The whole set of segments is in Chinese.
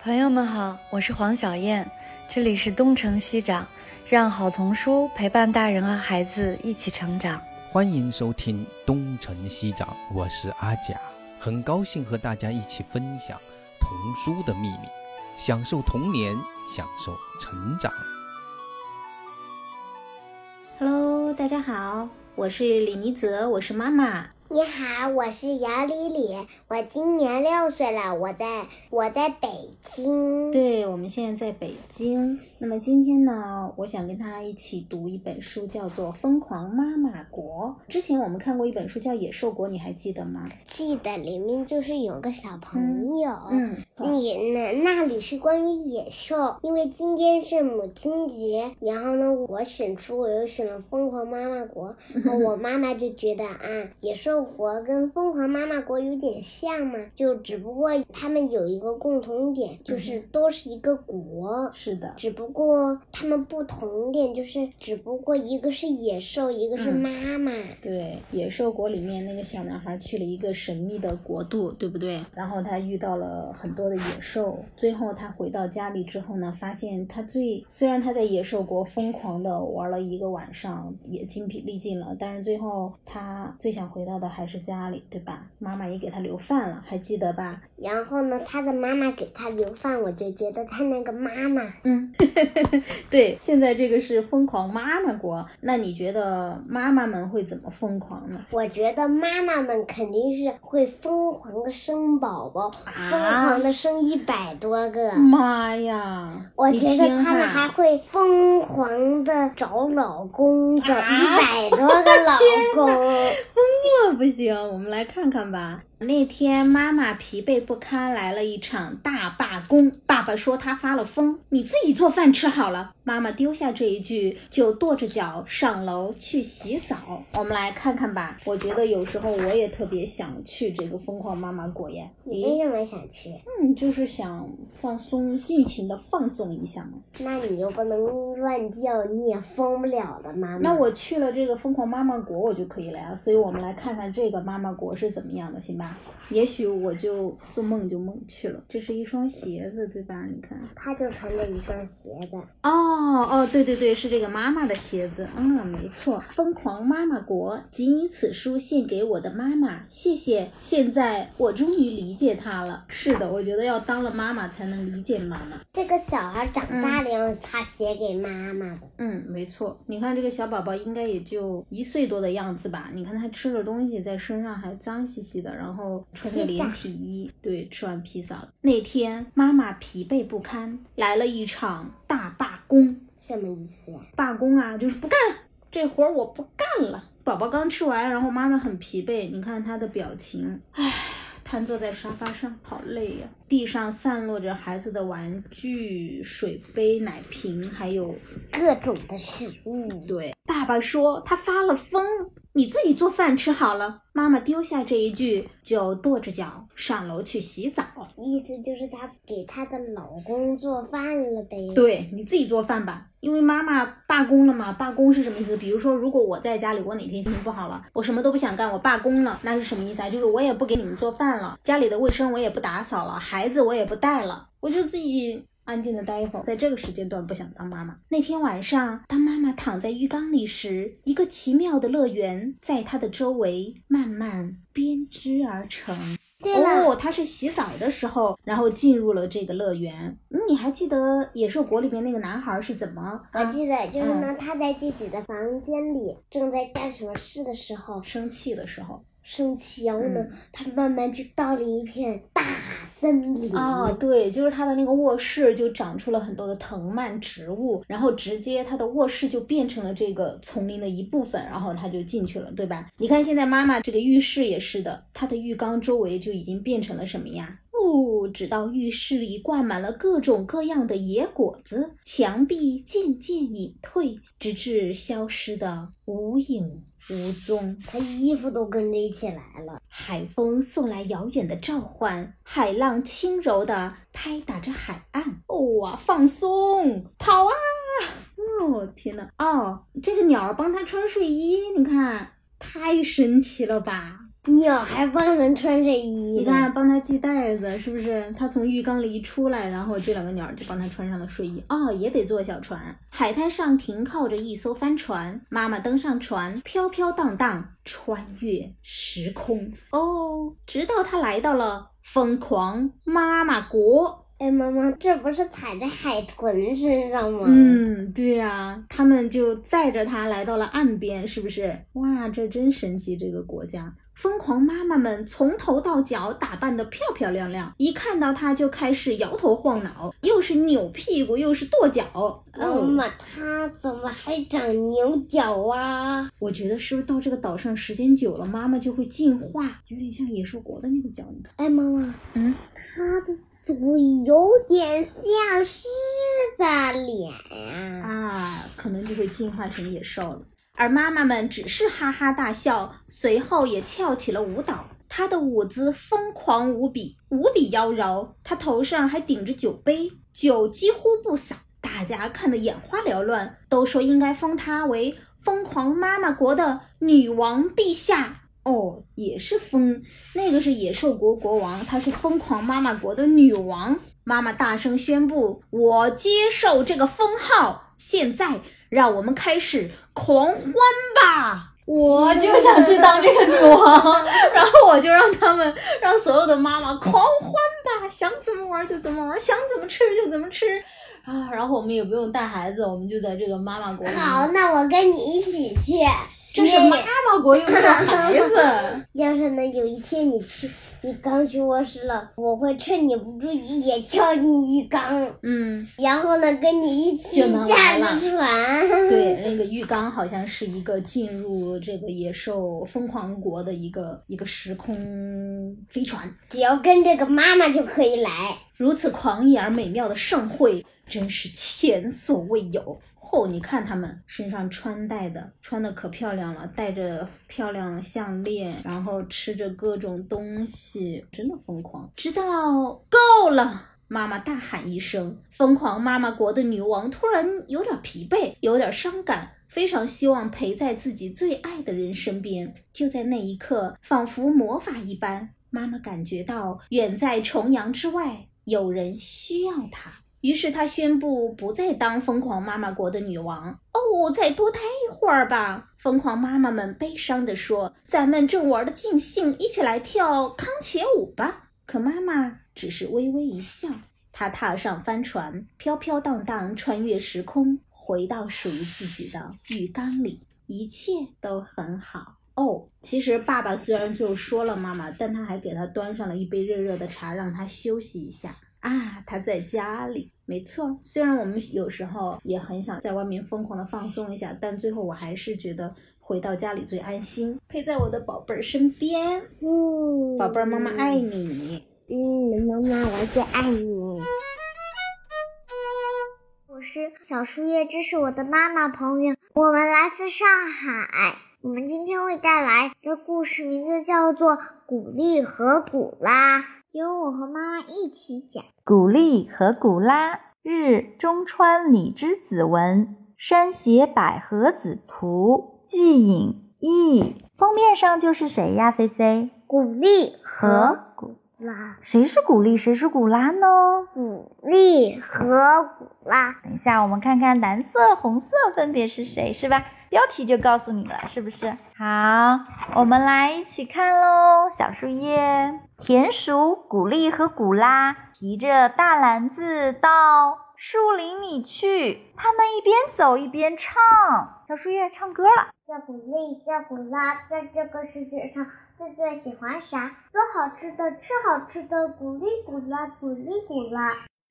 朋友们好，我是黄小燕，这里是东城西长，让好童书陪伴大人和孩子一起成长。欢迎收听《东城西长》，我是阿甲，很高兴和大家一起分享童书的秘密，享受童年，享受成长。 Hello，大家好，我是李尼泽，我是妈妈。你好，我是姚李李，我今年六岁了，我在我在北京。对，我们现在在北京。那么今天呢，我想跟他一起读一本书，叫做《疯狂妈妈国》。之前我们看过一本书叫《野兽国》，你还记得吗？记得里面就是有个小朋友，嗯，你那那里是关于野兽，因为今天是母亲节，然后呢，我选出我又选了《疯狂妈妈 国》，然后我妈妈就觉得啊，野兽国跟《疯狂妈妈国》有点像嘛，就只不过他们有一个共同点，嗯就是都是一个国。是的，只不过他们不同点就是，只不过一个是野兽，一个是嗯妈妈。对，《野兽国》里面那个小男孩去了一个神秘的国度，对不对？然后他遇到了很多的野兽，最后他回到家里之后呢，发现他最虽然他在野兽国疯狂的玩了一个晚上，也精疲力尽了，但是最后他最想回到的还是家里，对吧？妈妈也给他留饭了，还记得吧？ 然后呢，他的妈妈给他留饭，我就觉得他那个妈妈嗯，对，现在这个是疯狂妈妈国，那你觉得妈妈们会怎么疯狂呢？我觉得妈妈们肯定是会疯狂的生宝宝，啊疯狂的生一百多个。妈呀！我你觉得听他们哈还会疯狂的找老公，找啊一百多个老公。这不行， 我们来看看吧。那天妈妈疲惫不堪，来了一场大罢工。爸爸说他发了疯，你自己做饭吃好了。妈妈丢下这一句，就跺着脚上楼去洗澡。我们来看看吧。我觉得有时候我也特别想去这个疯狂妈妈果耶。你哎为什么想去？嗯，就是想放松，尽情的放纵一下嘛。那你又不能乱叫，你也疯不了的，妈妈。那我去了这个疯狂妈妈国，我就可以了呀。所以我们来看看这个妈妈国是怎么样的，行吧？也许我就做梦就梦去了。这是一双鞋子，对吧？你看，他就穿着一双鞋子。哦哦，对对对，是这个妈妈的鞋子。嗯，没错，疯狂妈妈国，仅以此书献给我的妈妈，谢谢。现在我终于理解她了。是的，我觉得要当了妈妈才能理解妈妈。这个小孩长大了以后，他写给妈妈的。嗯，没错。你看这个小宝宝应该也就一岁多的样子吧？你看他吃了东西，在身上还脏兮兮的，然后穿着连体衣，对，吃完披萨了。那天妈妈疲惫不堪，来了一场大罢工。什么意思呀、罢工啊，就是不干了，这活儿我不干了。宝宝刚吃完，然后妈妈很疲惫，你看她的表情，唉，瘫坐在沙发上，好累呀、地上散落着孩子的玩具、水杯、奶瓶，还有各种的食物。对，爸爸说他发了疯，你自己做饭吃好了。妈妈丢下这一句，就跺着脚上楼去洗澡。意思就是她给她的老公做饭了呗。，对，你自己做饭吧，因为妈妈罢工了嘛。罢工是什么意思？比如说，如果我在家里，我哪天心情不好了，我什么都不想干，我罢工了，那是什么意思啊？就是我也不给你们做饭了，家里的卫生我也不打扫了，孩子我也不带了，我就自己。安静的待一会儿，在这个时间段不想当妈妈。那天晚上，当妈妈躺在浴缸里时，一个奇妙的乐园在她的周围慢慢编织而成。对了，哦，他是洗澡的时候，然后进入了这个乐园。嗯，你还记得《野兽国》里面那个男孩是怎么我啊记得就是呢，她在自己的房间里正在干什么事的时候生气的时候？生气，然后呢嗯，她慢慢就到了一片大森林。啊，对，就是他的那个卧室就长出了很多的藤蔓植物，然后直接他的卧室就变成了这个丛林的一部分，然后他就进去了，对吧？你看现在妈妈这个浴室也是的，她的浴缸周围就已经变成了什么呀？哦，直到浴室里灌满了各种各样的野果子，墙壁渐渐隐退，直至消失的无影无踪。她衣服都跟着一起来了，海风送来遥远的召唤，海浪轻柔地拍打着海岸。哦啊，放松，跑啊！哦，天哪！哦，这个鸟儿帮它穿睡衣，你看，太神奇了吧！鸟还帮人穿睡衣你呢。看，帮它系带子，是不是？它从浴缸里一出来，然后这两个鸟儿就帮它穿上了睡衣。哦，也得坐小船。海滩上停靠着一艘帆船，妈妈登上船，飘飘荡荡穿越时空。哦，直到它来到了疯狂妈妈国。哎，妈妈，这不是踩在海豚身上吗？，嗯，对呀、他们就载着它来到了岸边，是不是？哇，这真神奇，这个国家。疯狂妈妈们从头到脚打扮得漂漂亮亮，一看到它就开始摇头晃脑，又是扭屁股，又是跺脚。哦妈妈，它怎么还长牛角啊？我觉得是不是到这个岛上时间久了，妈妈就会进化，有点像野兽国的那个脚，你看。哎，妈妈，嗯，它的嘴有点像狮子脸呀、啊，可能就会进化成野兽了。而妈妈们只是哈哈大笑，随后也跳起了舞蹈。她的舞姿疯狂无比，无比妖娆。她头上还顶着酒杯，酒几乎不洒，大家看得眼花缭乱，都说应该封她为疯狂妈妈国的女王陛下。哦，也是疯，那个是野兽国国王，她是疯狂妈妈国的女王。妈妈大声宣布：“我接受这个封号！现在让我们开始狂欢吧！”我就想去当这个女王，然后我就让他们，让所有的妈妈狂欢吧，想怎么玩就怎么玩，想怎么吃就怎么吃啊！然后我们也不用带孩子，我们就在这个妈妈国里。好，那我跟你一起去。这是妈妈国，又不是孩子。 要是能有一天你去，你刚去卧室了，我会趁你不注意也跳进浴缸，嗯。然后呢跟你一起就能驾玩着了船。对，那个浴缸好像是一个进入这个野兽疯狂国的一个一个时空飞船。只要跟这个妈妈就可以来。如此狂野而美妙的盛会，真是前所未有。嚯、你看他们身上穿戴的，穿的可漂亮了，戴着漂亮的项链，然后吃着各种东西，真的疯狂。直到够了。妈妈大喊一声，疯狂妈妈国的女王突然有点疲惫，有点伤感，非常希望陪在自己最爱的人身边。就在那一刻，仿佛魔法一般，妈妈感觉到远在重洋之外有人需要她。于是她宣布不再当疯狂妈妈国的女王。哦，再多待一会儿吧！疯狂妈妈们悲伤地说：“咱们正玩得尽兴，一起来跳康且舞吧。”可妈妈只是微微一笑。她踏上帆船，飘飘荡荡穿越时空，回到属于自己的浴缸里，一切都很好。哦，其实爸爸虽然就说了妈妈，但他还给他端上了一杯热热的茶，让他休息一下啊。他在家里，没错。虽然我们有时候也很想在外面疯狂的放松一下，但最后我还是觉得回到家里最安心，陪在我的宝贝儿身边。嗯，宝贝儿，妈妈爱你。嗯，妈妈，我最爱你。我是小树叶，这是我的妈妈朋友，我们来自上海。我们今天为带来的故事名字叫做《古丽和古拉》，由我和妈妈一起讲。古丽和古拉，日中川里之子文，山写百合子图，季影意。封面上就是谁呀？菲菲古丽和和古，古拉，谁是古丽，谁是古拉呢？古丽和古拉，等一下，我们看看蓝色、红色分别是谁，是吧？标题就告诉你了，是不是？好，我们来一起看喽。小树叶，田鼠古丽和古拉提着大篮子到树林里去，他们一边走一边唱。小树叶唱歌了。这古丽，这古拉，在这个世界上最最喜欢啥？做好吃的，吃好吃的，古丽古拉，古丽古拉。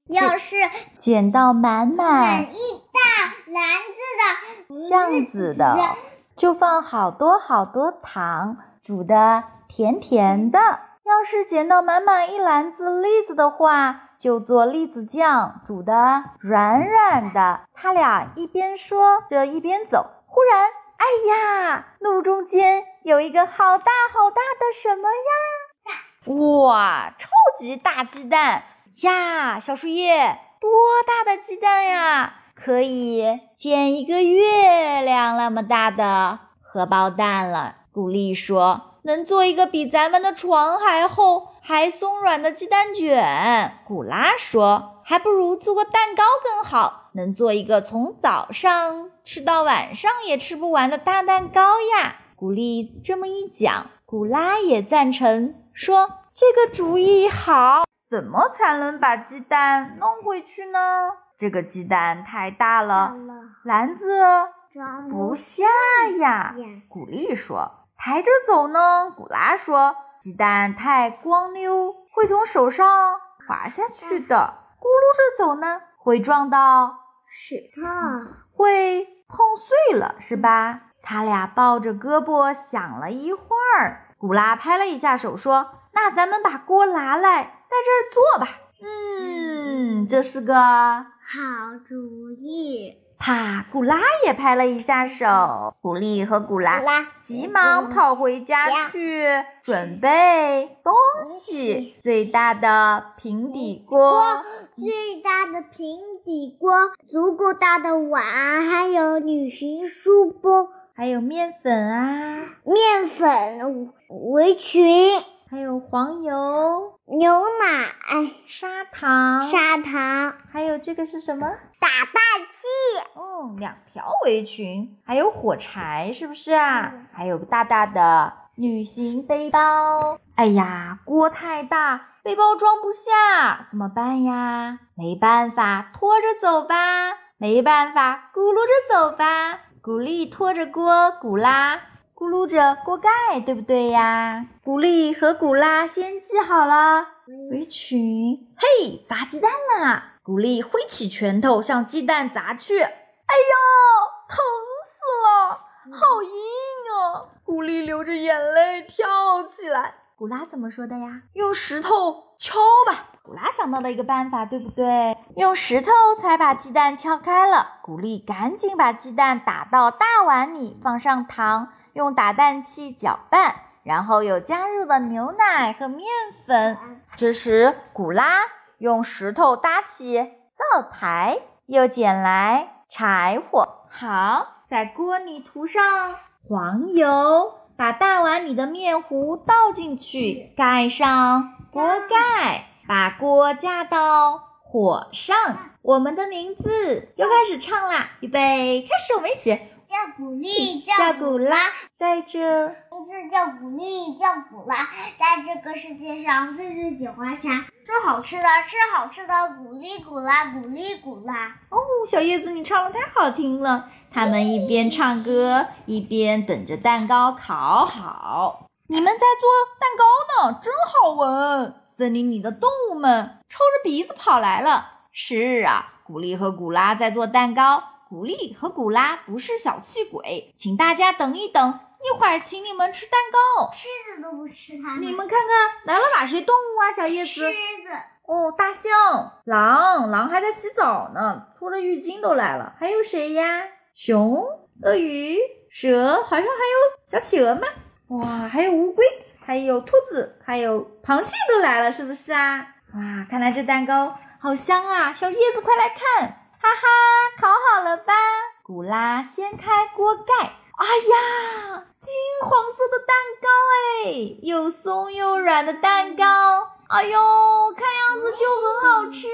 要是捡到满满满一大篮子的巷子啊的，就放好多好多糖，煮的甜甜的。要是捡到满满一篮子栗子的话，就做栗子酱，煮的软软的。他俩一边说着一边走，忽然，哎呀，路中间有一个好大好大的什么呀？哇，超级大鸡蛋！呀，小树叶，多大的鸡蛋呀！可以建一个月亮那么大的荷包蛋了。古丽说：“能做一个比咱们的床还厚、还松软的鸡蛋卷。古拉说：“还不如做个蛋糕更好，能做一个从早上吃到晚上也吃不完的大蛋糕呀。”古丽这么一讲，古拉也赞成，说：“这个主意好，怎么才能把鸡蛋弄回去呢？这个鸡蛋太大了，了，篮子装哦不下下呀。”呀，古丽说：“抬着走呢。”古拉说：“鸡蛋太光溜，会从手上滑下去的；咕噜着走呢，会撞到，石头，会碰碎了，是吧？”他俩抱着胳膊想了一会儿，古拉拍了一下手说：“那咱们把锅拿来，在这儿做吧。”嗯，这是个好主意。啪！古拉也拍了一下手，古丽和古拉好啦，急忙跑回家去准备东西。最大的平底锅，最大的平底锅，足够大的碗，还有旅行书包、还有面粉啊，面粉、围裙、还有黄油、牛奶、砂糖，砂糖、还有这个是什么？打蛋器。哦，两条围裙，还有火柴，是不是啊？嗯还有个大大的旅行背包。哎呀，锅太大，背包装不下，怎么办呀？没办法，拖着走吧。没办法，咕噜着走吧。古丽拖着锅，古拉咕噜着锅盖，对不对呀？古丽和古拉先系好了围裙，嘿，砸鸡蛋啦！古丽挥起拳头向鸡蛋砸去，哎呦，疼死了，好硬啊！古丽流着眼泪跳起来。古拉怎么说的呀？用石头敲吧。古拉想到了一个办法，对不对？用石头才把鸡蛋敲开了。古丽赶紧把鸡蛋打到大碗里，放上糖，用打蛋器搅拌，然后又加入了牛奶和面粉。这时，古拉用石头搭起灶台，又捡来柴火。好，在锅里涂上黄油，把大碗里的面糊倒进去，盖上锅盖，把锅架到火上。我们的名字又开始唱啦！预备，开始，我们一起叫古丽，叫古拉，在这名字叫古丽，叫古拉，在这个世界上最最喜欢啥？吃好吃的，吃好吃的，古丽古拉，古丽古拉。哦，小叶子，你唱的太好听了。他们一边唱歌，一边等着蛋糕烤好。你们在做蛋糕呢，真好闻！森林里的动物们抽着鼻子跑来了。是啊，古丽和古拉在做蛋糕。古丽和古拉不是小气鬼，请大家等一等，一会儿请你们吃蛋糕。狮子都不吃它们，你们看看来了哪些动物啊，小叶狮子？子。哦，大象、狼，狼还在洗澡呢，拖着浴巾都来了。还有谁呀？熊、鳄鱼、蛇，好像还有小企鹅吗？哇，还有乌龟，还有兔子，还有螃蟹都来了，是不是啊？哇，看来这蛋糕好香啊！小叶子，快来看，哈哈，烤好了吧？古拉掀开锅盖，哎呀，金黄色的蛋糕哎，又松又软的蛋糕，哎呦，看样子就很好吃。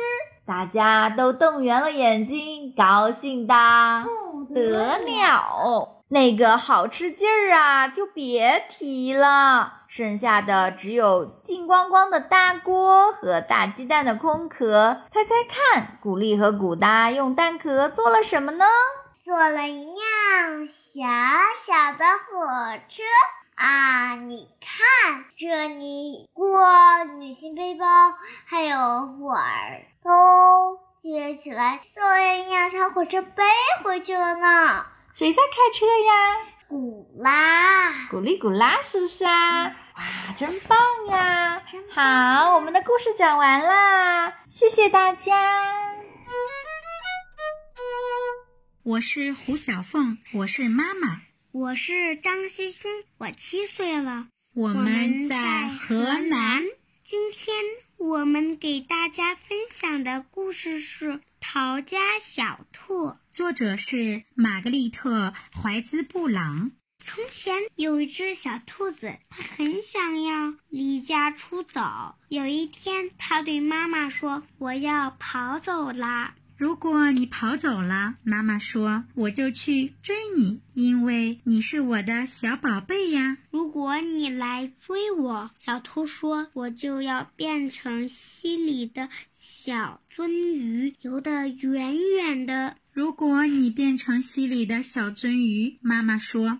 大家都瞪圆了眼睛，高兴的不得了。那个好吃劲儿啊，就别提了。剩下的只有净光光的大锅和大鸡蛋的空壳。猜猜看，古丽和古达用蛋壳做了什么呢？做了一辆小小的火车啊！你看，这里锅、旅行背包还有火儿都接起来，做了一辆小火车背回去了呢。谁在开车呀？古拉，古丽古拉是不是啊？哇，真棒呀！好，我们的故事讲完啦，谢谢大家。 我是胡小凤，我是妈妈，我是张欣欣，我七岁了。我我们在河南。。今天我们给大家分享的故事是《逃家小兔》。作者是玛格丽特·怀兹布朗，从前有一只小兔子，它很想要离家出走。有一天，它对妈妈说：“我要跑走啦。”如果你跑走了，妈妈说我就去追你，因为你是我的小宝贝呀。如果你来追我，小兔说，我就要变成溪里的小鳟鱼，游得远远的。如果你变成溪里的小鳟鱼，妈妈说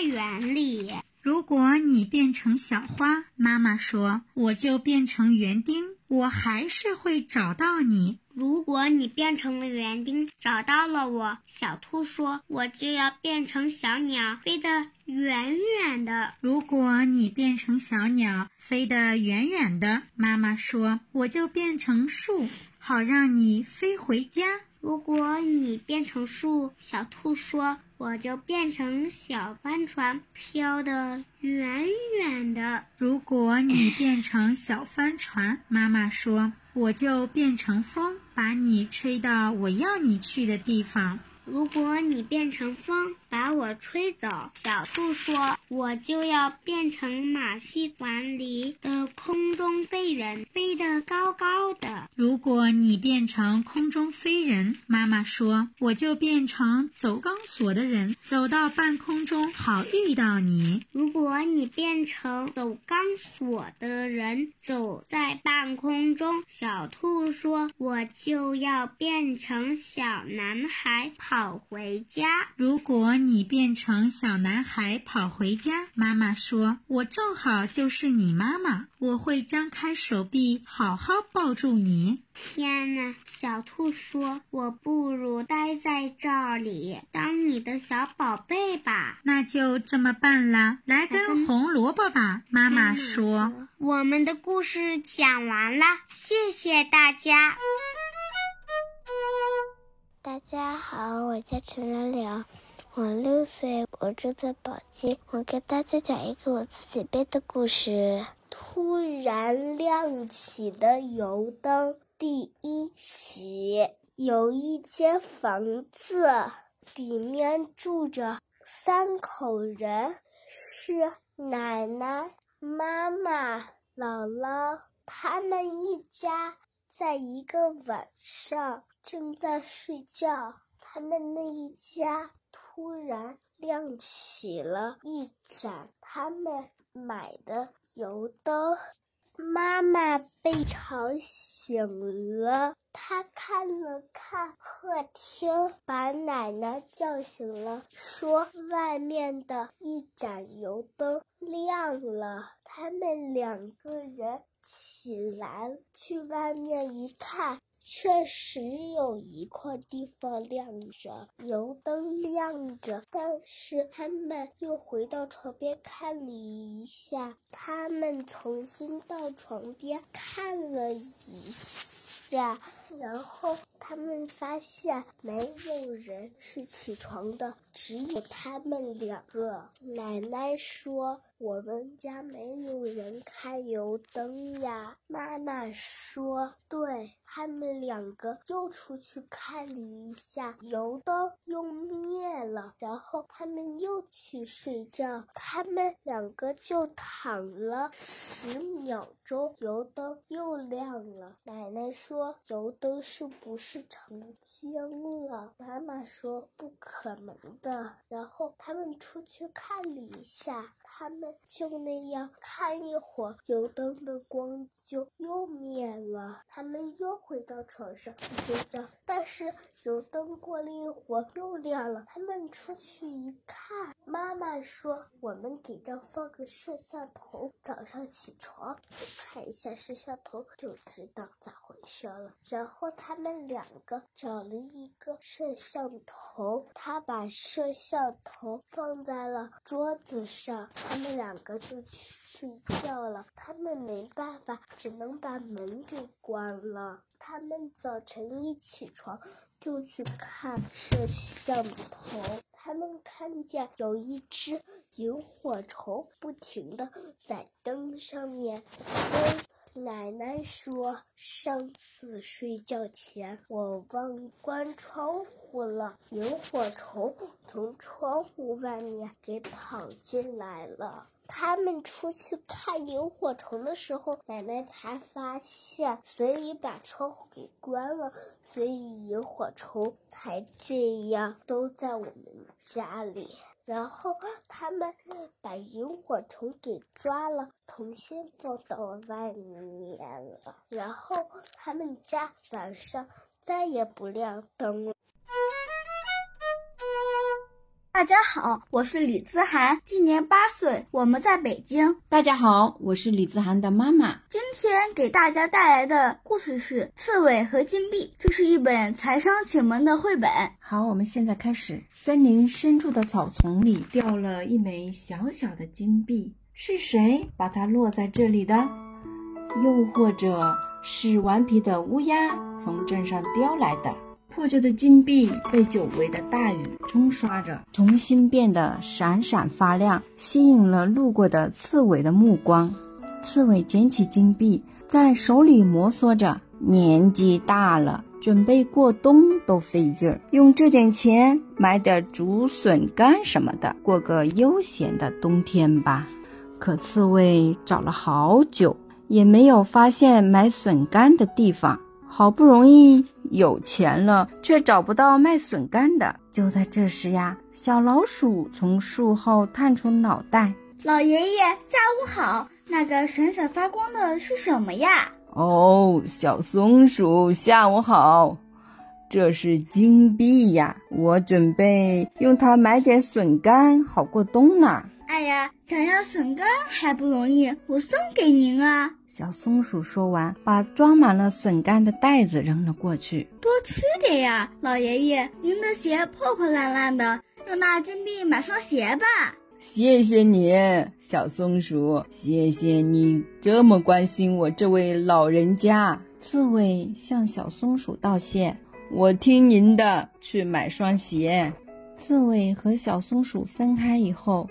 园里。如果你变成小花，妈妈说我就变成园丁，我还是会找到你。”如果你变成了园丁，找到了我，小兔说：“我就要变成小鸟，飞得远远的。”如果你变成小鸟，飞得远远的，妈妈说我就变成树，好让你飞回家。如果你变成树，小兔说：“我就变成小帆船，飘得远远的。如果你变成小帆船，妈妈说我就变成风，把你吹到我要你去的地方。”如果你变成风，把我吹走，小兔说：“我就要变成马戏团里的空中飞人，飞得高高的。如果你变成空中飞人，妈妈说我就变成走钢索的人，走到半空中好遇到你。”如果你变成走钢索的人，走在半空中，小兔说：“我就要变成小男孩，跑回家。”如果你变成小男孩跑回家，妈妈说：“我正好就是你妈妈，我会张开手臂好好抱住你。”天呐，小兔说：“我不如待在这里，当你的小宝贝吧。”那就这么办啦，来根红萝卜吧，妈妈说。我们的故事讲完啦，谢谢大家。大家好，我叫陈聊聊，我六岁，我住在宝鸡。我给大家讲一个我自己编的故事。突然亮起的油灯，第一集有一间房子，里面住着三口人，是奶奶、妈妈、姥姥，他们一家在一个晚上正在睡觉，他们那一家突然亮起了一盏他们买的油灯。妈妈被吵醒了，她看了看客厅，把奶奶叫醒了，说外面的一盏油灯亮了。他们两个人起来去外面一看，确实有一块地方亮着，油灯亮着，但是他们又回到床边看了一下。他们重新到床边看了一下，然后他们发现没有人是起床的，只有他们两个。奶奶说：“我们家没有人开油灯呀。”妈妈说：“对。”他们两个又出去看了一下，油灯又灭了，然后他们又去睡觉。他们两个就躺了十秒钟，油灯又亮了。奶奶说：“油灯是不是成精了？”妈妈说：“不可能的。”然后他们出去看了一下，他们就那样看一会儿，油灯的光就又灭了。他们又回到床上去睡觉，但是油灯过了一会儿又亮了。他们出去一看，妈妈说，我们得让放个摄像头，早上起床就看一下摄像头，就知道咋回事了。然后他们两个找了一个摄像头，他把摄像头放在了桌子上，他们两个就去睡觉了。他们没办法，只能把门给关了。他们早晨一起床就去看摄像头，他们看见有一只萤火虫不停的在灯上面飞。奶奶说，上次睡觉前我忘关窗户了，萤火虫从窗户外面给跑进来了。他们出去看萤火虫的时候，奶奶才发现，所以把窗户给关了，所以萤火虫才这样都在我们家里。然后他们把萤火虫给抓了，重新放到外面了。然后他们家晚上再也不亮灯了。大家好，我是李姿涵，今年八岁，我们在北京。大家好，我是李子涵的妈妈。今天给大家带来的故事是《刺猬和金币》，这是一本财商启蒙的绘本。好，我们现在开始。森林深处的草丛里掉了一枚小小的金币，是谁把它落在这里的？又或者是顽皮的乌鸦从镇上叼来的？破旧的金币被久违的大雨冲刷着，重新变得闪闪发亮，吸引了路过的刺猬的目光。刺猬捡起金币，在手里摩挲着，年纪大了，准备过冬都费劲儿，用这点钱买点竹笋干什么的，过个悠闲的冬天吧。可刺猬找了好久，也没有发现买笋干的地方。好不容易有钱了，却找不到卖笋干的。就在这时呀，小老鼠从树后探出脑袋。老爷爷，下午好。那个闪闪发光的是什么呀？哦，小松鼠，下午好。这是金币呀，我准备用它买点笋干，好过冬呢。哎呀，想要笋干还不容易，我送给您啊！小松鼠说完，把装满了笋干的袋子扔了过去。多吃点呀，老爷爷，您的鞋破破烂烂的，用那金币买双鞋吧。谢谢你，小松鼠，谢谢你这么关心我这位老人家。刺猬向小松鼠道谢，我听您的，去买双鞋。刺猬和小松鼠分开以后，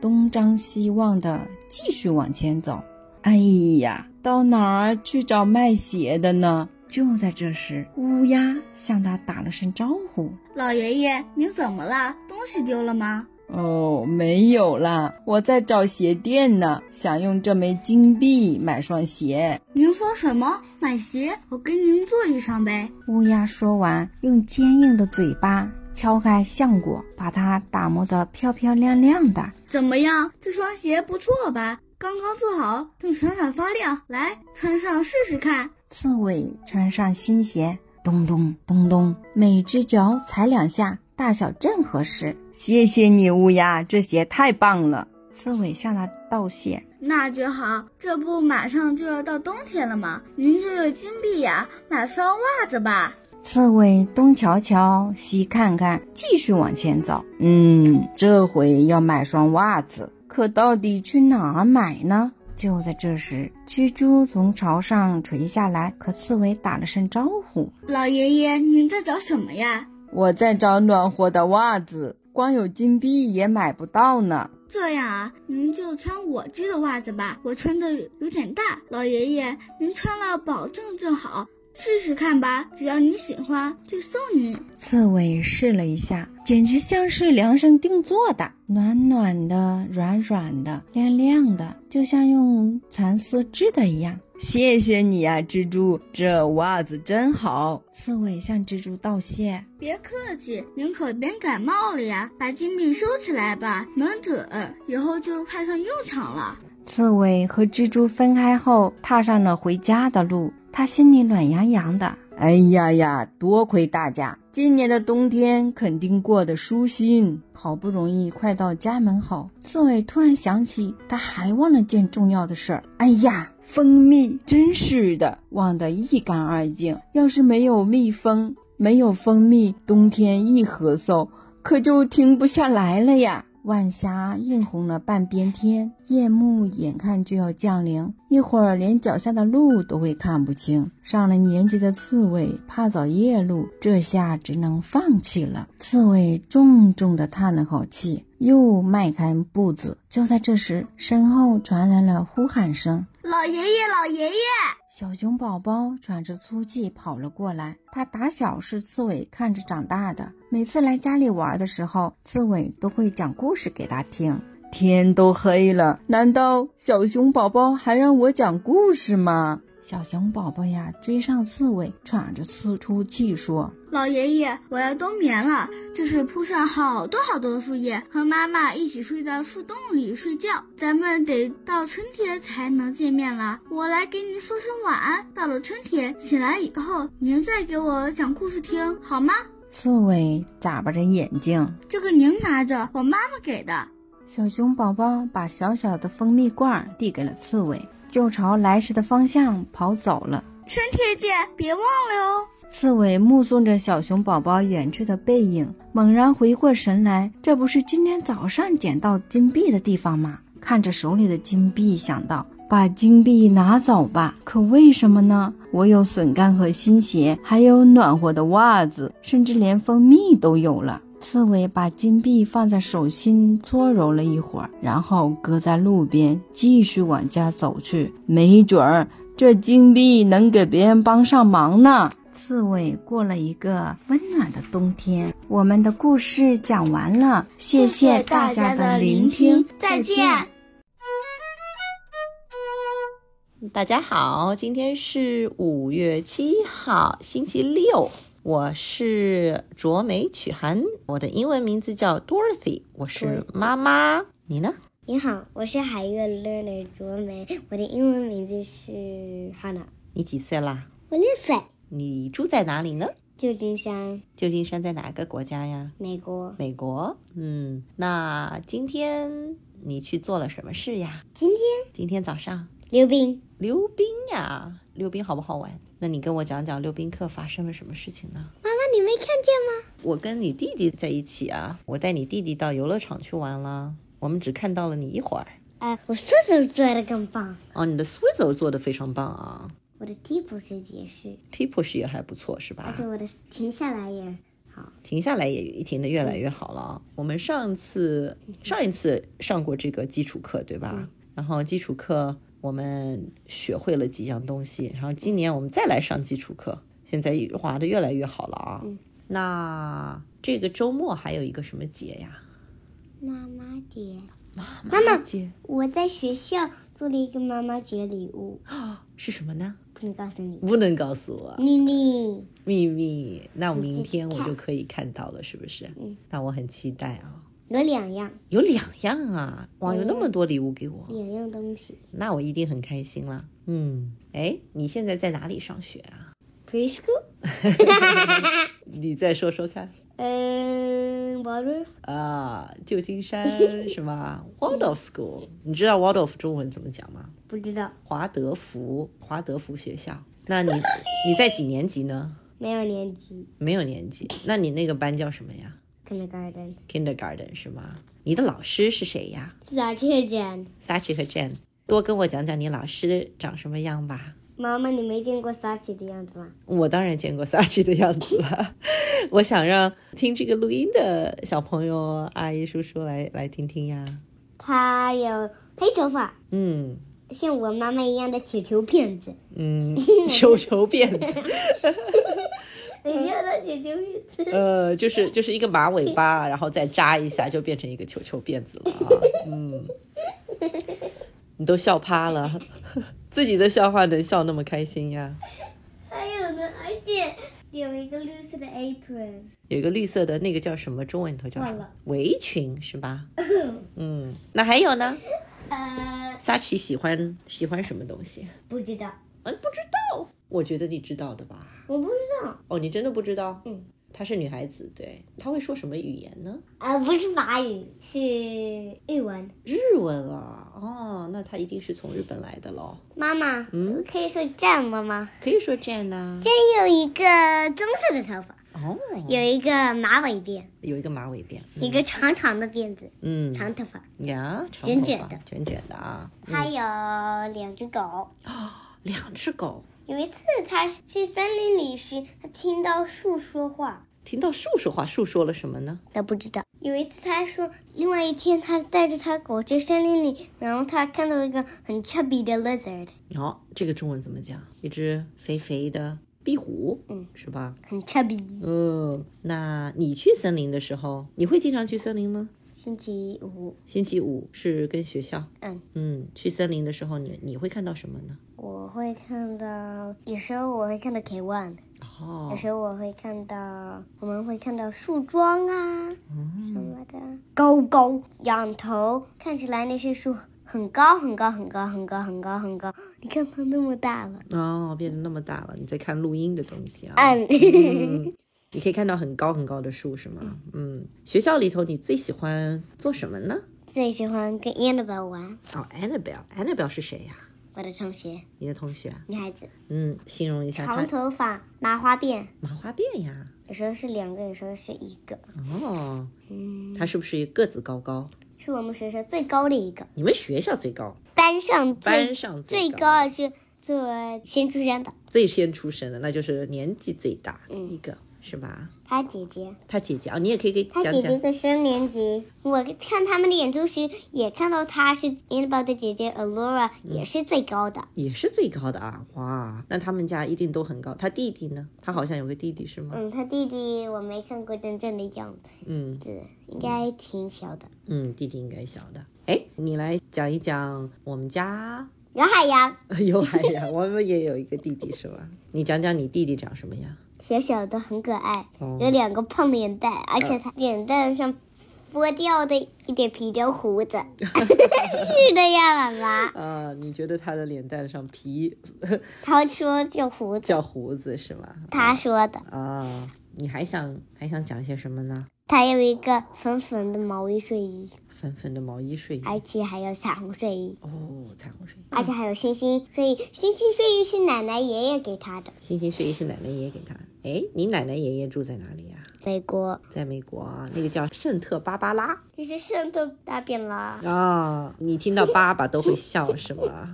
东张西望的继续往前走。哎呀，到哪儿去找卖鞋的呢？就在这时，乌鸦向他打了声招呼。老爷爷，您怎么了？东西丢了吗？哦，没有啦，我在找鞋店呢，想用这枚金币买双鞋。您说什么？买鞋？我给您做一双呗。乌鸦说完，用坚硬的嘴巴敲开橡果，把它打磨得漂漂亮亮的。怎么样？这双鞋不错吧？刚刚做好，正闪闪发亮。来，穿上试试看。刺猬穿上新鞋，咚咚咚咚，每只脚踩两下，大小正合适。谢谢你，乌鸦，这鞋太棒了！刺猬向他道谢。那就好，这不马上就要到冬天了吗？您这有金币呀、买双袜子吧。刺猬东瞧瞧，西看看，继续往前走。嗯，这回要买双袜子，可到底去哪儿买呢？就在这时，蜘蛛从巢上垂下来，和刺猬打了声招呼。老爷爷，您在找什么呀？我在找暖和的袜子，光有金币也买不到呢。这样啊，您就穿我织的袜子吧，我穿的有点大。老爷爷，您穿了保证正好，试试看吧，只要你喜欢就送您。刺猬试了一下，简直像是量身定做的，暖暖的、软软的、亮亮的，就像用蚕丝织的一样。谢谢你啊，蜘蛛，这袜子真好。刺猬向蜘蛛道谢。别客气，您可别感冒了呀，把金币收起来吧，能准，以后就派上用场了。刺猬和蜘蛛分开后，踏上了回家的路。他心里暖洋洋的。哎呀呀，多亏大家，今年的冬天肯定过得舒心。好不容易快到家门口，刺猬突然想起他还忘了件重要的事儿。哎呀，蜂蜜，真是的，忘得一干二净。要是没有蜜蜂，没有蜂蜜，冬天一咳嗽可就停不下来了呀。晚霞映红了半边天，夜幕眼看就要降临，一会儿连脚下的路都会看不清。上了年纪的刺猬怕走夜路，这下只能放弃了。刺猬重重地叹了口气，又迈开步子。就在这时，身后传来了呼喊声。老爷爷，老爷爷！小熊宝宝喘着粗气跑了过来。他打小是刺猬看着长大的，每次来家里玩的时候，刺猬都会讲故事给他听。天都黑了，难道小熊宝宝还让我讲故事吗？小熊宝宝呀，追上刺猬，喘着粗粗气说。老爷爷，我要冬眠了，就是铺上好多好多的树叶，和妈妈一起睡到树洞里睡觉。咱们得到春天才能见面了，我来给您说声晚安。到了春天，醒来以后，您再给我讲故事听，好吗？刺猬眨巴着眼睛，这个您拿着，我妈妈给的。小熊宝宝把小小的蜂蜜罐递给了刺猬，就朝来时的方向跑走了。春天见，别忘了哟、哦。刺猬目送着小熊宝宝远去的背影，猛然回过神来，这不是今天早上捡到金币的地方吗？看着手里的金币，想到把金币拿走吧。可为什么呢？我有笋干和新鞋，还有暖和的袜子，甚至连蜂蜜都有了。刺猬把金币放在手心搓揉了一会儿，然后搁在路边，继续往家走去。没准儿这金币能给别人帮上忙呢。刺猬过了一个温暖的冬天。我们的故事讲完了，谢谢大家的聆听，再见。大家好，今天是五月七号，星期六。我是卓美曲涵，我的英文名字叫 Dorothy，我是妈妈。你呢？你好，我是海月 learner 卓美，我的英文名字是 Hannah。你几岁啦？我六岁。你住在哪里呢？旧金山。旧金山在哪个国家呀？美国。美国。嗯，那今天你去做了什么事呀？今天？今天早上溜冰。溜冰呀，溜冰好不好玩？那你跟我讲讲溜冰课发生了什么事情呢？妈妈，你没看见吗？我跟你弟弟在一起啊，我带你弟弟到游乐场去玩了，我们只看到了你一会儿。呃，我 Swizzle 做的更棒。哦，你的 Swizzle 做的非常棒啊。我的 T push 也是，T push 也还不错是吧？而且我的停下来也好，停下来也停的越来越好了啊。我们上次上一次上过这个基础课对吧？嗯、然后基础课。我们学会了几样东西，然后今年我们再来上基础课，现在滑的越来越好了啊。嗯、那这个周末还有一个什么节呀？妈妈节。妈妈节。我在学校做了一个妈妈节礼物 啊，是什么呢？不能告诉你。不能告诉我。秘密。秘密。那明天我就可以看到了，是不是？嗯。那我很期待啊。有两样，有两样啊！哇，有那么多礼物给我，两样东西，那我一定很开心啦。嗯，哎，你现在在哪里上学啊？Preschool。 你再说说看。嗯，Waldorf。啊，旧金山是 吗？Waldorf School。你知道 Waldorf 中文怎么讲吗？不知道。华德福，华德福学校。那你你在几年级呢？没有年级。没有年级。那你那个班叫什么呀？ kindergarten kindergarten 是吗？你的老师是谁呀？Sachi 和 Jan。 Sachi 和 Jan，多跟我讲讲你老师长什么样吧。妈妈，你没见过 Sachi 的样子吗？我当然见过 Sachi 的样子了。 我想让听这个录音的小朋友、阿姨、叔叔来来听听呀。他有黑头发，嗯，像我妈妈一样的球球辫子，嗯，球球辫子。你叫它球球辫子，呃，就是就是一个马尾巴，然后再扎一下，就变成一个球球辫子了啊。嗯，你都笑趴了， 自己的笑话能笑那么开心呀？还有呢，而且有一个绿色的 apron，有一个绿色的那个叫什么？中文里头叫什么？围裙是吧？嗯，那还有呢？ 呃，Sachi 喜欢喜欢什么东西？不知道，嗯，不知道，我觉得你知道的吧？我不知道哦，你真的不知道？嗯，她是女孩子，对，她会说什么语言呢？啊、不是法语，是日文。日文啊，哦，那她一定是从日本来的喽。妈妈，嗯，可以说这样吗？妈，可以说这样啊呢、这有一个棕色的头发，哦，有一个马尾辫，有一个马尾辫，一个长长的辫子，嗯长头发，呀，长卷头卷发的卷卷的啊，还有两只狗。两只狗有一次，他去森林里时，他听到树说话。听到树说话，树说了什么呢？那不知道。有一次，他说，另外一天，他带着他狗去森林里，然后他看到一个很 chubby 的 lizard，哦，这个中文怎么讲？一只肥肥的壁虎，嗯，是吧？很 chubby。嗯，那你去森林的时候，你会经常去森林吗？星期五，星期五是跟学校，嗯，嗯，去森林的时候你你会看到什么呢？我会看到，有时候我会看到 K one，、哦有，时候我会看到，我们会看到树桩啊、嗯什么的，高高仰头，看起来那些树很高很高很高很高很高很高，你看它那么大了。哦，变得那么大了，你在看录音的东西啊？嗯 嗯你可以看到很高很高的树，是吗？嗯，学校里头你最喜欢做什么呢？最喜欢跟 Annabelle 玩，哦，Annabelle，Annabelle 是谁呀、我的同学，你的同学啊？女孩子，嗯，形容一下她长头发，麻花辫，麻花辫呀。有时候是两个，有时候是一个，哦，嗯，她是不是个子高高？是我们学校最高的一个，你们学校最高，班上最班上最最高高的是做先出生的，最先出生的，那就是年纪最大嗯一个，是吧？她姐姐，她姐姐啊、你也可以给她讲姐姐讲。在三年级。我看他们的演出时，也看到她是 Annabelle 的姐姐 Alora，也嗯是最高的。也是最高的啊！哇，那他们家一定都很高。他弟弟呢？他好像有个弟弟是吗？嗯，她弟弟我没看过真正的样嗯子，应该挺小的。嗯，弟弟应该小的。哎，你来讲一讲我们家有海洋， 有海洋，我们也有一个弟弟是吧？你讲讲你弟弟长什么样？小小的，很可爱，哦嗯有两个胖脸蛋，而且他脸蛋上剥掉的一点皮条胡子， 是的呀，妈妈。啊，你觉得他的脸蛋上皮他说叫胡子，叫胡子是吗？他说的。啊，你还想还想讲些什么呢？他有一个粉粉的毛衣睡衣，粉粉的毛衣睡衣而且还有彩虹睡衣，哦，彩虹睡衣，而且还有星星睡衣。星星睡衣是奶奶爷爷给他的，星星睡衣是奶奶爷爷给他。哎，你奶奶爷爷住在哪里呀、美国。在美国啊，那个叫圣特芭芭拉这是圣斗大变啦。啊、你听到爸爸都会笑是 吗？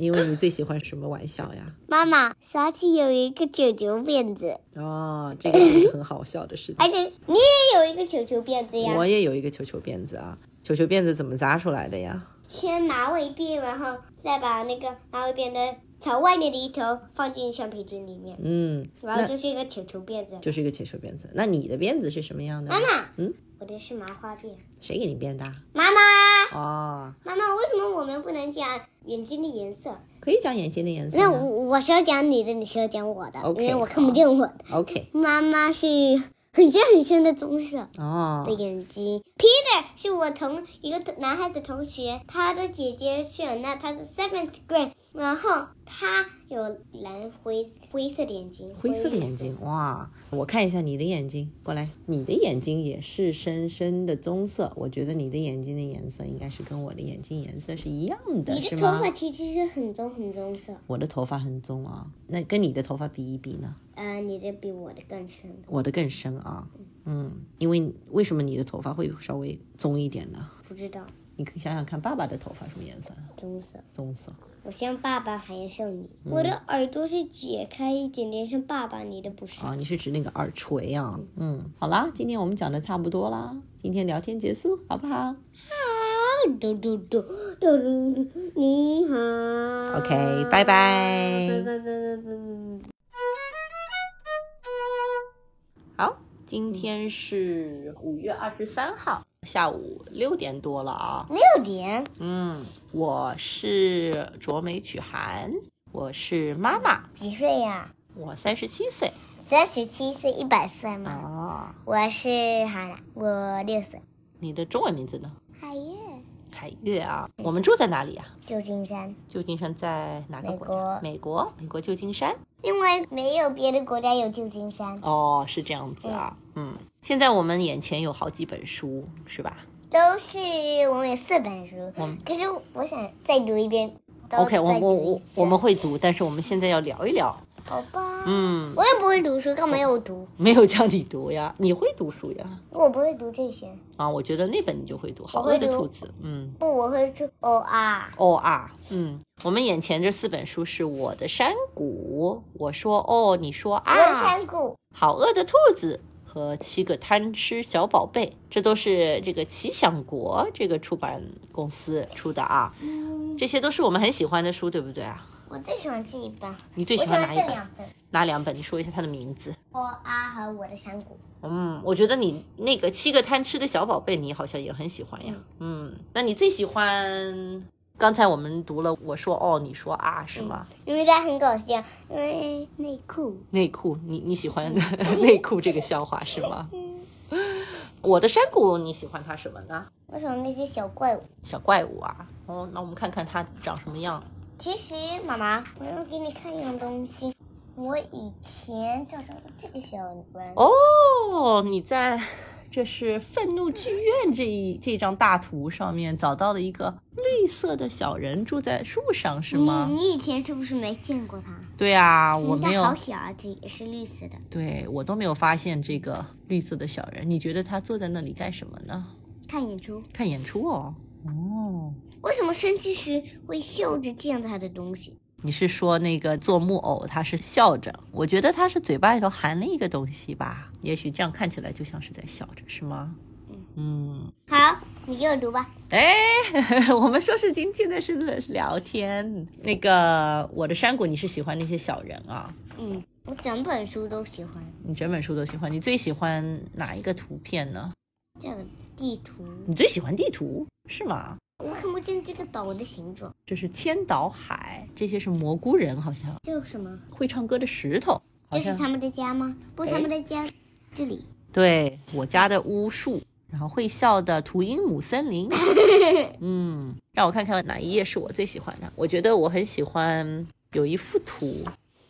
因为你最喜欢什么玩笑呀？妈妈，沙琪有一个球球辫子，哦，这个是很好笑的事而情。且你也有一个球球辫子呀。我也有一个球球辫子啊，球球辫子怎么扎出来的呀？先马尾辫，然后再把那个马尾辫的朝外面的一头放进橡皮筋里面，嗯，然后就那是一个球球辫子。就是一个球球辫子。那你的辫子是什么样的？妈妈，嗯，我的是麻花辫。谁给你编的啊？妈妈，哦，妈妈，为什么我们不能讲眼睛的颜色？可以讲眼睛的颜色呢。那我我是要讲你的，你是要讲我的 OK，因为我看不见我的。 OK 妈妈是很深很深的棕色哦的，眼睛。Peter 是我同一个男孩子同学，他的姐姐是那他的 seventh grade，然后他有蓝灰灰色的眼睛，灰色的眼睛，哇！我看一下你的眼睛，过来，你的眼睛也是深深的棕色。我觉得你的眼睛的颜色应该是跟我的眼睛颜色是一样的，你是的头吗发？其实是很棕很棕色，我的头发很棕啊，那跟你的头发比一比呢？呃，你的比我的更深，我的更深啊，嗯，因为为什么你的头发会稍微棕一点呢？不知道你可以想想看，爸爸的头发什么颜色？棕色。棕色。我像爸爸还要像你，嗯我的耳朵是解开一点点，像爸爸，你的不是。啊，你是指那个耳垂啊？嗯，好啦，今天我们讲的差不多啦，今天聊天结束，好不好嘟嘟嘟嘟嘟嘟，你好。 ？OK，拜拜。拜拜拜拜拜拜。好，今天是五月二十三号下午六点多了啊。六点，嗯，我是卓美曲涵，我是妈妈，几岁呀、我三十七岁三十七岁，一百岁吗？啊。我是哈娜，我六岁。你的中文名字呢？海燕，海月啊。我们住在哪里啊？旧金山，旧金山在哪个国家？美国，美国旧金山。因为没有别的国家有旧金山，哦，是这样子啊，嗯。现在我们眼前有好几本书，是吧都是我们有四本书我们，可是我想再读一遍。都？OK，我再我我我们会读，但是我们现在要聊一聊。好吧，嗯，我也不会读书，干嘛要我读？没有叫你读呀， 你会读书呀？我不会读这些，啊，我觉得那本你就会读，《好我会饿的读兔子》。嗯，不，我会读哦啊，哦啊，嗯，我们眼前这四本书是《我的山谷》，我说哦，你说我的啊，山谷，好饿的兔子和七个贪吃小宝贝，这都是这个奇想国这个出版公司出的啊。这些都是我们很喜欢的书，对不对啊？嗯我最喜欢这一本，你最喜我欢哪一这本两本？哪两本？你说一下它的名字。哦啊和我的山谷，嗯，我觉得你那个七个贪吃的小宝贝，你好像也很喜欢呀。嗯，那你最喜欢？刚才我们读了，我说哦，你说啊，是吗？嗯因为它很搞笑，因为内裤。内裤，你你喜欢内裤这个笑话是吗？我的山谷，你喜欢它什么呢？我喜欢那些小怪物。小怪物啊。哦，那我们看看它长什么样。其实，妈妈，我要给你看一样东西。我以前照到了这个小关，哦，你在这是愤怒剧院这一这张大图上面找到了一个绿色的小人住在树上是吗？你你以前是不是没见过它？对啊，我你家没有好，小啊，这也是绿色的。对我都没有发现这个绿色的小人。你觉得他坐在那里干什么呢？看演出，看演出哦。哦，为什么生气时会笑着见它的东西？你是说那个做木偶他是笑着？我觉得他是嘴巴里头含了一个东西吧，也许这样看起来就像是在笑着，是吗？嗯，好，你给我读吧。哎， 我们说是今天的是聊天。那个我的山谷，你是喜欢那些小人啊？嗯，我整本书都喜欢你整本书都喜欢，你最喜欢哪一个图片呢？这个地图，你最喜欢地图是吗？我看不见这个岛的形状，这是千岛海，这些是蘑菇人，好像这是什么？会唱歌的石头，好这是像他们的家吗？不是他们的家，这里。对我家的巫术，然后会笑的图因姆森 林，嗯，让我看看哪一页是我最喜欢的。我觉得我很喜欢有一幅图，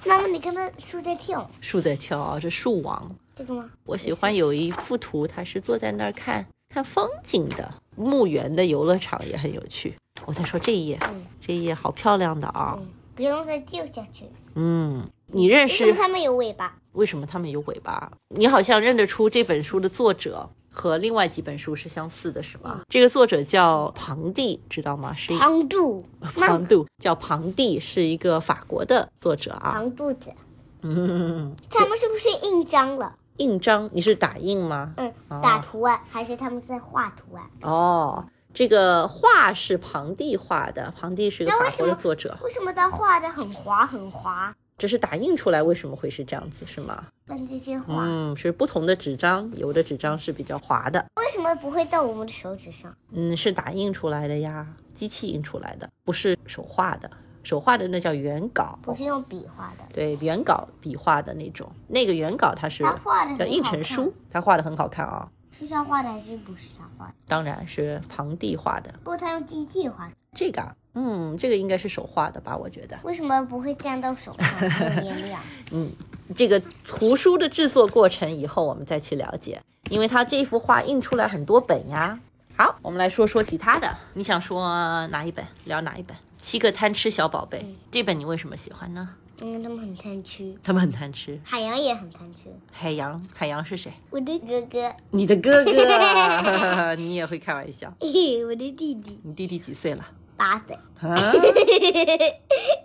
妈妈，你看它树在跳，树在跳啊，这树王。这个吗？我喜欢有一幅图，它是坐在那儿看看风景的，墓园的游乐场也很有趣。我再说这一页，嗯这一页好漂亮的啊，不用再掉下去。嗯，你认识为什么它们有尾巴？为什么他们有尾巴？你好像认得出这本书的作者和另外几本书是相似的，是吗？这个作者叫庞蒂，知道吗？是一嗯庞度， 庞度叫庞蒂，是一个法国的作者啊。庞肚子，嗯，它们是不是印章了？印章你是打印吗？嗯哦，打图案还是他们在画图案？哦，这个画是庞蒂画的，庞蒂是一个那法为什国的么作者。为什么它画的很滑很滑？这是打印出来，为什么会是这样子，是吗？但这些画、嗯，是不同的纸张，有的纸张是比较滑的，为什么不会到我们的手指上？嗯，是打印出来的呀，机器印出来的，不是手画的。手画的那叫原稿，不是用笔画的，对，原稿笔画的那种。那个原稿它是他画得很叫印成书，他画的很好看啊、是他画的还是不是他画的？当然是庞蒂画的。不，他用机器画的。这个啊，嗯，这个应该是手画的吧？我觉得，为什么不会沾到手上？ 很黏黏。嗯，这个图书的制作过程以后我们再去了解，因为它这幅画印出来很多本呀。好，我们来说说其他的，你想说哪一本？聊哪一本？《七个贪吃小宝贝》这本你为什么喜欢呢？因为他们很贪吃，他们很贪吃。海洋也很贪吃。海 洋，海洋是谁？我的哥哥，你的哥 哥，你也会开玩笑。嘿嘿我的弟弟你弟弟几岁了？八岁， 啊，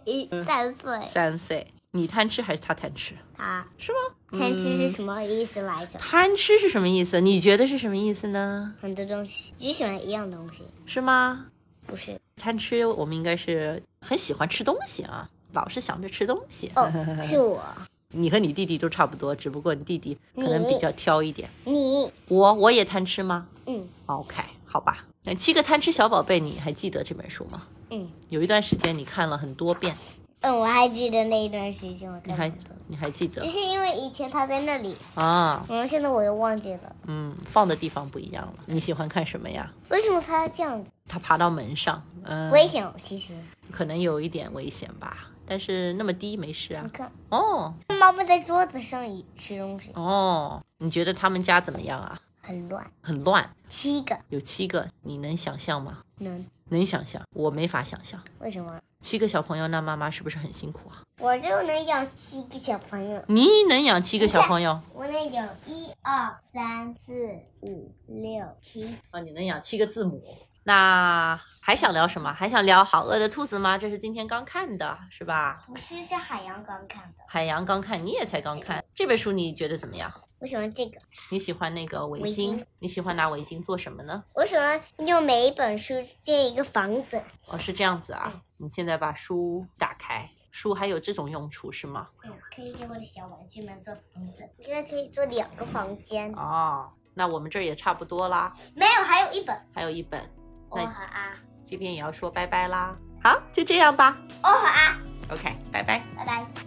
一嗯三岁。三岁。你贪吃还是他贪吃？他是吗？贪吃是嗯什么意思来着？贪吃是什么意思？你觉得是什么意思呢？很多东西只喜欢一样东西，是吗？不是？贪吃，我们应该是很喜欢吃东西啊，老是想着吃东西。 哦，是我，你和你弟弟都差不多，只不过你弟弟可能比较挑一点。你，我我也贪吃吗哦嗯？OK，好吧。那七个贪吃小宝贝，你还记得这本书吗？嗯，有一段时间你看了很多遍，嗯，我还记得那一段时间，我你看还你还记得只？是因为以前他在那里，啊，然后现在我又忘记了。嗯，放的地方不一样了。你喜欢看什么呀？为什么他要这样子？他爬到门上，嗯，危险，其实。可能有一点危险吧，但是那么低没事啊你。看，哦猫咪在桌子上一吃东西，哦，你觉得他们家怎么样啊？很乱。很乱，七个有七个，你能想象吗？能，能想象，我没法想象。为什么？七个小朋友，那妈妈是不是很辛苦啊？我就能养七个小朋友。你能养七个小朋友？我能养一二三四五六七。啊，你能养七个字母。那还想聊什么？还想聊《好饿的兔子》吗？这是今天刚看的，是吧？不是，是海洋刚看的。海洋刚看，你也才刚看这本书，你觉得怎么样？我喜欢这个，你喜欢那个围围巾？巾你喜欢拿围巾做什么呢？我喜欢用每一本书建一个房子。哦，是这样子啊。你现在把书打开，书还有这种用处是吗？嗯，可以给我的小玩具们做房子。我现在可以做两个房间。哦，那我们这儿也差不多啦，没有，还有一本。还有一本，我那和啊，这边也要说拜拜啦。好，就这样吧。我和啊， OK，拜拜。拜拜。